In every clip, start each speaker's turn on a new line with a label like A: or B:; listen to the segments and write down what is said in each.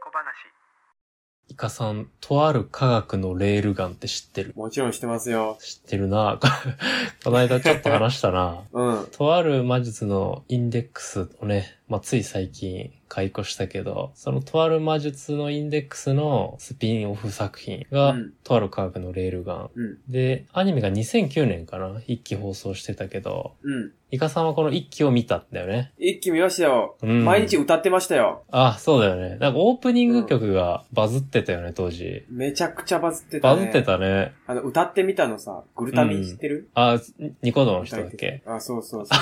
A: 小話
B: イカさん、とある科学のレールガンって知ってる
C: もちろんしてますよ。
B: 知ってるな この間ちょっと話した な
C: うん。
B: とある魔術のインデックスをね、まあ、つい最近解雇したけど、そのとある魔術のインデックスのスピンオフ作品が、
C: うん
B: とある科学のレールガン。
C: うん。
B: で、アニメが2009年かな一期放送してたけど、
C: うん。
B: イカさんはこの一期を見たんだよね。
C: 一気見ましたよ。
B: うん
C: 毎日歌ってましたよ。
B: あ、そうだよね。なんかオープニング曲がバズってたよね、当時。
C: めちゃくちゃバズってた、
B: バ
C: ね。
B: ズって。たね。
C: あの、歌ってみたのさ、グルタミン知ってる、
B: あ、ニコ動の人だっけ
C: あ、そうそうそう。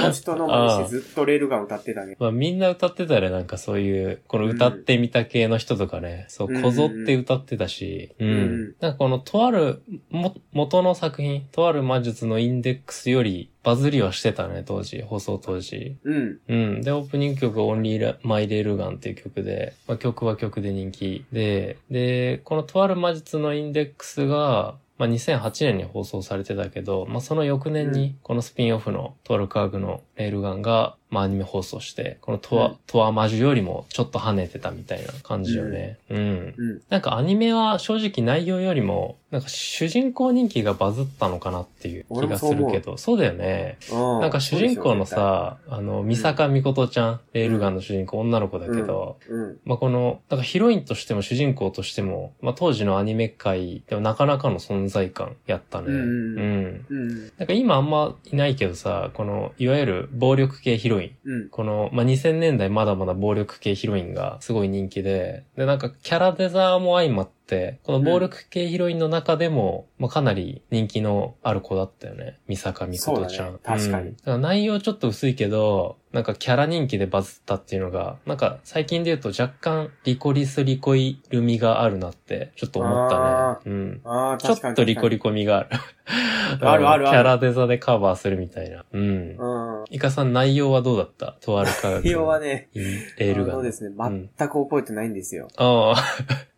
C: その人の真似してずっとレールガン歌ってたね。
B: まあみんな歌ってたね、なんかそういう、この歌ってみた系の人とかね、そうう、
C: ん
B: こぞって歌ってたし、うん。
C: うん
B: なんかこのとある、も、元の作品、とある魔術のインデックスよりバズりはしてたね、当時、放送当時。
C: うん。
B: うん。で、オープニング曲が Only My Rail Gun っていう曲で、まあ曲は曲で人気で、で、このとある魔術のインデックスが、まあ、2008年に放送されてたけど、まあ、その翌年
C: う
B: に、このスピンオフのとある科学のレールガンが、まあ、アニメ放送して、このと
C: う
B: わ
C: ん、
B: とわ魔術よりもちょっと跳ねてたみたいな感じよね。うん。
C: うん
B: なんかアニメは正直内容よりも、なんか主人公人気がバズったのかなっていう気がするけど、そうだよね。
C: うん
B: なんか主人公の、さ、あの、三坂美琴ちゃん、レールガンの主人公、女の子だけど、
C: そうでしょうん。
B: まあ、この、なんかヒロインとしても主人公としても、まあ、当時のアニメ界でもなかなかの存在感やったね。
C: うんうん
B: ん
C: うん。
B: なんか今あんまいないけどさ、この、いわゆる暴力系ヒロイン。
C: うん。
B: この、まあ、2000年代まだまだ暴力系ヒロインがすごい人気で、で、なんかキャラデザーも相まって、この暴力系ヒロインの中でも、まあ、かなり人気のある子だったよね。三坂美琴ちゃん。
C: そうだね確かに
B: うんだら内容ちょっと薄いけど、なんかキャラ人気でバズったっていうのが、なんか最近で言うと若干リコリスリコイル味があるなって、ちょっと思ったね。うん。
C: ああ、
B: ちょっ
C: 確かに。
B: とリコ
C: リ。
B: リコ味がある。
C: あるあるある
B: キャラデザでカバーするみたいな。うん。
C: うん。
B: イカさん内容はどうだったとある科学。
C: 内容はね、
B: イン。レール
C: あ
B: ガ
C: の
B: ン。
C: ですね、全く覚えてないんですよ。
B: ああ。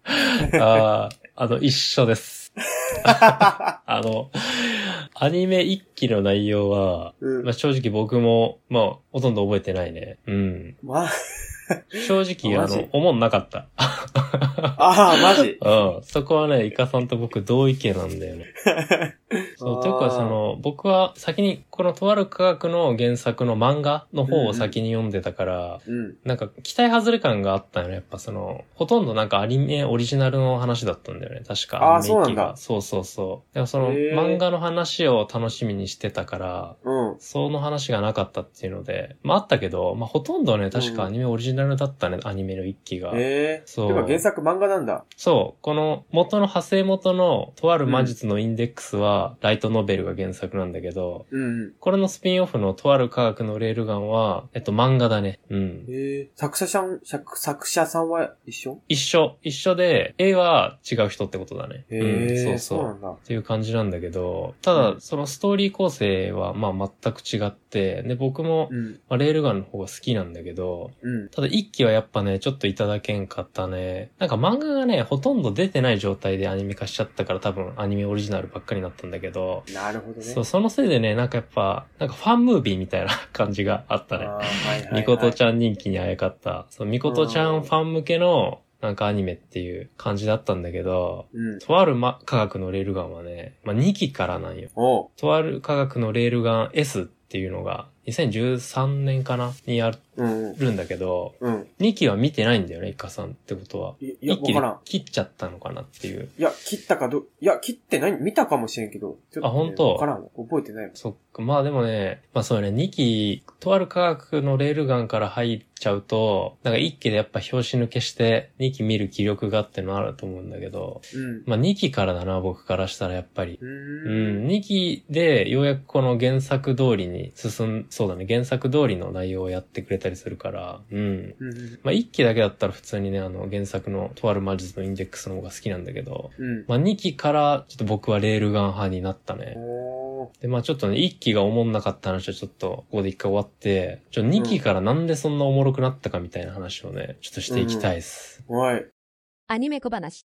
B: ああ、あの、一緒です。あの、アニメ一期の内容は、
C: うん
B: まあ、正直僕も、まあ、ほとんど覚えてないね。うん。
C: ま、
B: 正直、あ
C: マジ
B: の、思んなかった。
C: ああ、マジ。
B: うん。そこはね、イカさんと僕同意見なん だよね。そ
C: あ
B: う、
C: ー
B: というかその、僕は先に、このとある科学の原作の漫画の方を先に読んでたから、
C: うん。
B: なんか、期待外れ感があったよね。やっぱその、ほとんどなんかアニメオリジナルの話だったんだよね。確か。
C: あー
B: アニメ
C: そうなん
B: が
C: だ
B: そうそうそう。でもその、
C: へー
B: 漫画の話を楽しみにしてたから、
C: うん。
B: その話がなかったっていうので、まああったけど、まあほとんどね、確かアニメオリジナルだったね、アニメの一期が。
C: ええ
B: そう
C: てか原作漫画なんだ。
B: そう、この元の派生元のとある魔術のインデックスは、ライトノベルが原作なんだけど、
C: うん。
B: これのスピンオフのとある科学のレールガンは、えっと漫画だね。うん。
C: ええ作者さん、作作者さんは一緒
B: 一緒、一緒で、A は違う人ってことだね。
C: ええ
B: うん、
C: そ
B: そう
C: う
B: そ
C: な
B: う。
C: んだ。
B: っていう感じなんだけど、ただ、
C: うん
B: そのストーリー構成は、まあ全く違って、で、僕も、
C: うん。
B: まあ、レールガンの方が好きなんだけど、
C: うん。
B: ただ一期はやっぱね、ちょっといただけんかったね。なんか漫画がね、ほとんど出てない状態でアニメ化しちゃったから多分アニメオリジナルばっかりになったんだけど、
C: なるほどね。
B: そう、そのせいでね、なんかやっぱ、なんかファンムービーみたいな感じがあったね。
C: ああはいはいはい
B: みことちゃん人気にあやかった。そう、みことちゃんファン向けの、なんかアニメっていう感じだったんだけど、
C: うん。
B: とある、ま、科学のレールガンはね、まあ、2期からなんよ。
C: おう。
B: とある科学のレールガン S っていうのが、2013年かなにや
C: うんうん。
B: るんだけど、
C: うん。
B: 2期は見てないんだよね、イカさんってことは。
C: いいや、
B: 一
C: わ
B: 期
C: か
B: で
C: らん。
B: 切っちゃったのかなっていう。
C: いや、切ったかど、いや、切ってない、見たかもしれんけど。ちょっとね
B: あ本当
C: わからんわ。覚えてないもん。
B: そっか。まあでもね、まあそうね、2期、とある科学のレールガンから入っちゃうと、なんか1期でやっぱ表紙抜けして、2期見る気力がってのあると思うんだけど、
C: うん。
B: まあ2期からだな、僕からしたらやっぱり。
C: う
B: う
C: ー
B: ん、2期でようやくこの原作通りに進ん、そうだね、原作通りの内容をやってくれたりするから、うん。
C: うん。
B: まあ1期だけだったら普通にね、あの原作のとある魔術のインデックスの方が好きなんだけど、
C: うん。
B: まあ2期からちょっと僕はレールガン派になったね。
C: おー
B: で、まあちょっとね、1期がおもんなかった話はちょっと、ここで一回終わって、ちょ、2期からなんでそんなおもろくなったかみたいな話をね、ちょっとしていきたいです。
C: はい。
D: アニメ小話。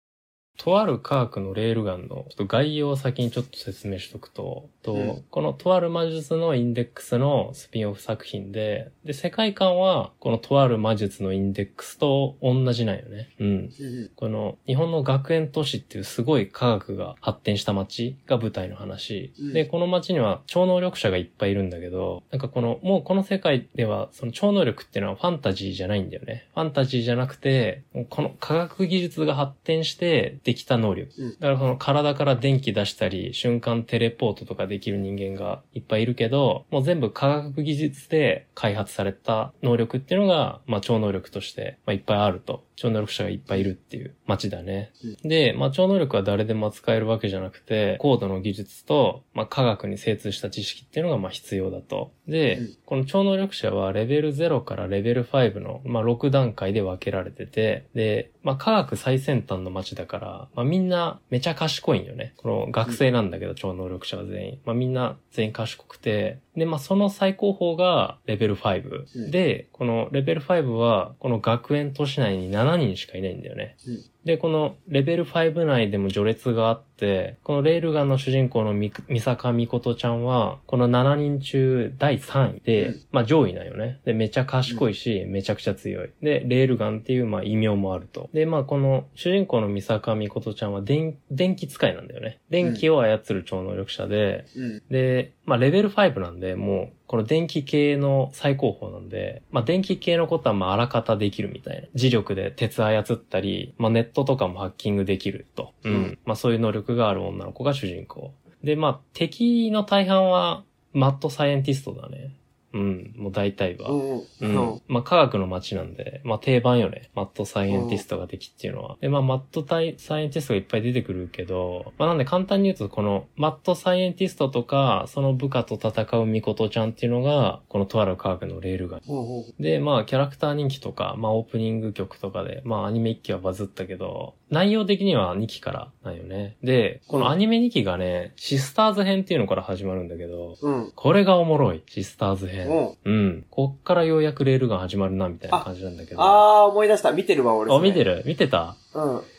B: とある科学のレールガンのちょっと概要を先にちょっと説明しとくと、と
C: うん
B: このとある魔術のインデックスのスピンオフ作品で、で、世界観はこのとある魔術のインデックスと同じなんよね。うん。
C: うん
B: この日本の学園都市っていうすごい科学が発展した街が舞台の話。
C: うん
B: で、この街には超能力者がいっぱいいるんだけど、なんかこの、もうこの世界ではその超能力っていうのはファンタジーじゃないんだよね。ファンタジーじゃなくて、この科学技術が発展してできた能力。
C: うん
B: だからその体から電気出したり、瞬間テレポートとかできる人間がいっぱいいるけど、もう全部科学技術で開発された能力っていうのが、まあ超能力として、まあいっぱいあると。超能力者がいっぱいいるっていう街だね。で、まあ、超能力は誰でも扱えるわけじゃなくて、高度の技術と、まあ、科学に精通した知識っていうのが、まあ、必要だと。で、
C: うん
B: この超能力者はレベル0からレベル5の、まあ、6段階で分けられてて、で、まあ、科学最先端の街だから、まあ、みんなめちゃ賢いんよね。この学生なんだけど、超能力者は全員。まあ、みんな全員賢くて、で、まあ、その最高峰がレベル
C: う
B: 5。
C: ん
B: で、このレベル5は、この学園都市内に7人しかいないんだよね。で、このレベル5内でも序列があって、このレールガンの主人公のみ三坂美琴ちゃんは、この7人中第3位で、
C: うん
B: まあ上位なんよね。で、めちゃ賢いし、めちゃくちゃ強い。で、レールガンっていう、まあ異名もあると。で、まあこの主人公の三坂美琴ちゃんは電、電気使いなんだよね。電気を操る超能力者で、
C: うん。
B: で、まあレベル5なんで、もう、この電気系の最高峰なんで、まあ電気系のことはまああらかたできるみたいな。磁力で鉄操ったり、まあネットとかもハッキングできると。うん。
C: うん
B: まあそういう能力がある女の子が主人公。で、まあ敵の大半はマッドサイエンティストだね。うん。もう大体は。
C: うん。
B: う
C: うん
B: ん。まあ、科学の街なんで、まあ、定番よね。マットサイエンティストができっていうのは。で、まあ、マットサイエンティストがいっぱい出てくるけど、まあ、なんで簡単に言うと、この、マットサイエンティストとか、その部下と戦うミコトちゃんっていうのが、このとある科学のレールガン。
C: うん。
B: で、まあ、キャラクター人気とか、まあ、オープニング曲とかで、まあ、アニメ1期はバズったけど、内容的には2期からなんよね。で、このアニメ2期がね、シスターズ編っていうのから始まるんだけど、
C: うん。
B: これがおもろい、シスターズ編。
C: うん。
B: うん。こっからようやくレールガン始まるな、みたいな感じなんだけど。あ、
C: あー、思い出した。見てるわ、俺。
B: 見て
C: る。
B: る見てた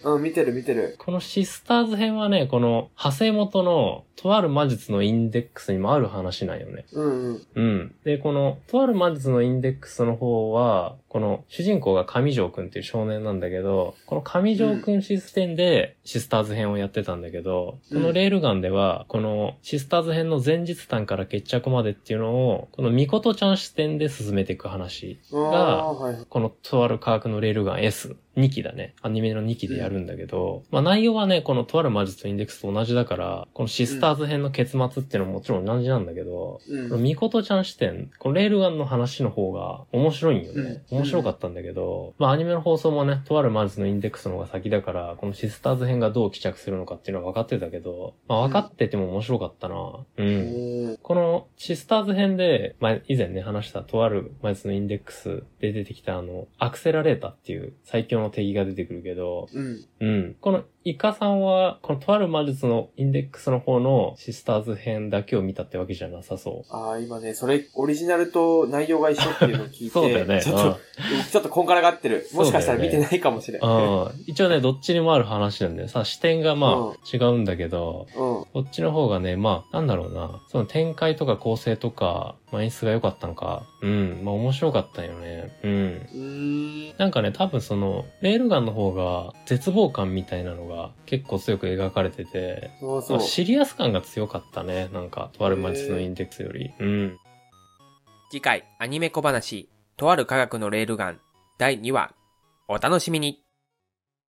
C: うん。うん、見てる、見てる。
B: このシスターズ編はね、この、派生元の、とある魔術のインデックスにもある話なんよね。
C: うんうん。
B: うん。で、この、とある魔術のインデックスの方は、この、主人公が上条くんっていう少年なんだけど、この上条くんシステムで、シスターズ編をやってたんだけど、
C: うん
B: このレールガンでは、この、シスターズ編の前日談から決着までっていうのを、この、みことちゃん視点で進めていく話
C: あー、はい。
B: このとある科学のレールガン S、2期だね。アニメの2期でやるんだけど、まあ内容はね、このとある魔術とインデックスと同じだから、このシスターズ編の結末っていうのももちろん同じなんだけど、
C: う
B: この
C: ん。
B: ミコトちゃん視点、このレールガンの話の方が面白いんよね。
C: うん
B: 面白かったんだけど、まあアニメの放送もね、とある魔術のインデックスの方が先だから、このシスターズ編がどう帰着するのかっていうのは分かってたけど、まあ分かってても面白かったな。うん
C: うん。
B: このシスターズ編で、まあ、以前ね、話したとあるマイズのインデックスで出てきたあの、アクセラレーターっていう最強の敵が出てくるけど、
C: うん。
B: うん。このイカさんは、このとある魔術のインデックスの方のシスターズ編だけを見たってわけじゃなさそ
C: あー、今ね、それ、オリジナルと内容が一緒っていうのを聞い
B: う。
C: て。
B: そうだよね。
C: ちょっと、ちょっとこんがらがってる。もしかしたら
B: そう
C: 見
B: だよね
C: てないかもしれ。
B: うん
C: うん。
B: ん。うん。一応ね、どっちにもある話なんだよ。さ、視点がまあ、違うんだけど、こっちの方がね、まあ、なんだろうな。その展開とか構成とか、まあ、演出が良かったのか、うん。まあ、面白かったよね。うん。
C: うーん。
B: なんかね、多分その、レールガンの方が、絶望感みたいなのが結構強く描かれてて、
C: そうそう。
B: シリアス感が強かったね。なんか、とあるマジのインデックスより。うん。
A: 次回、アニメ小話、とある科学のレールガン、第2話、お楽しみに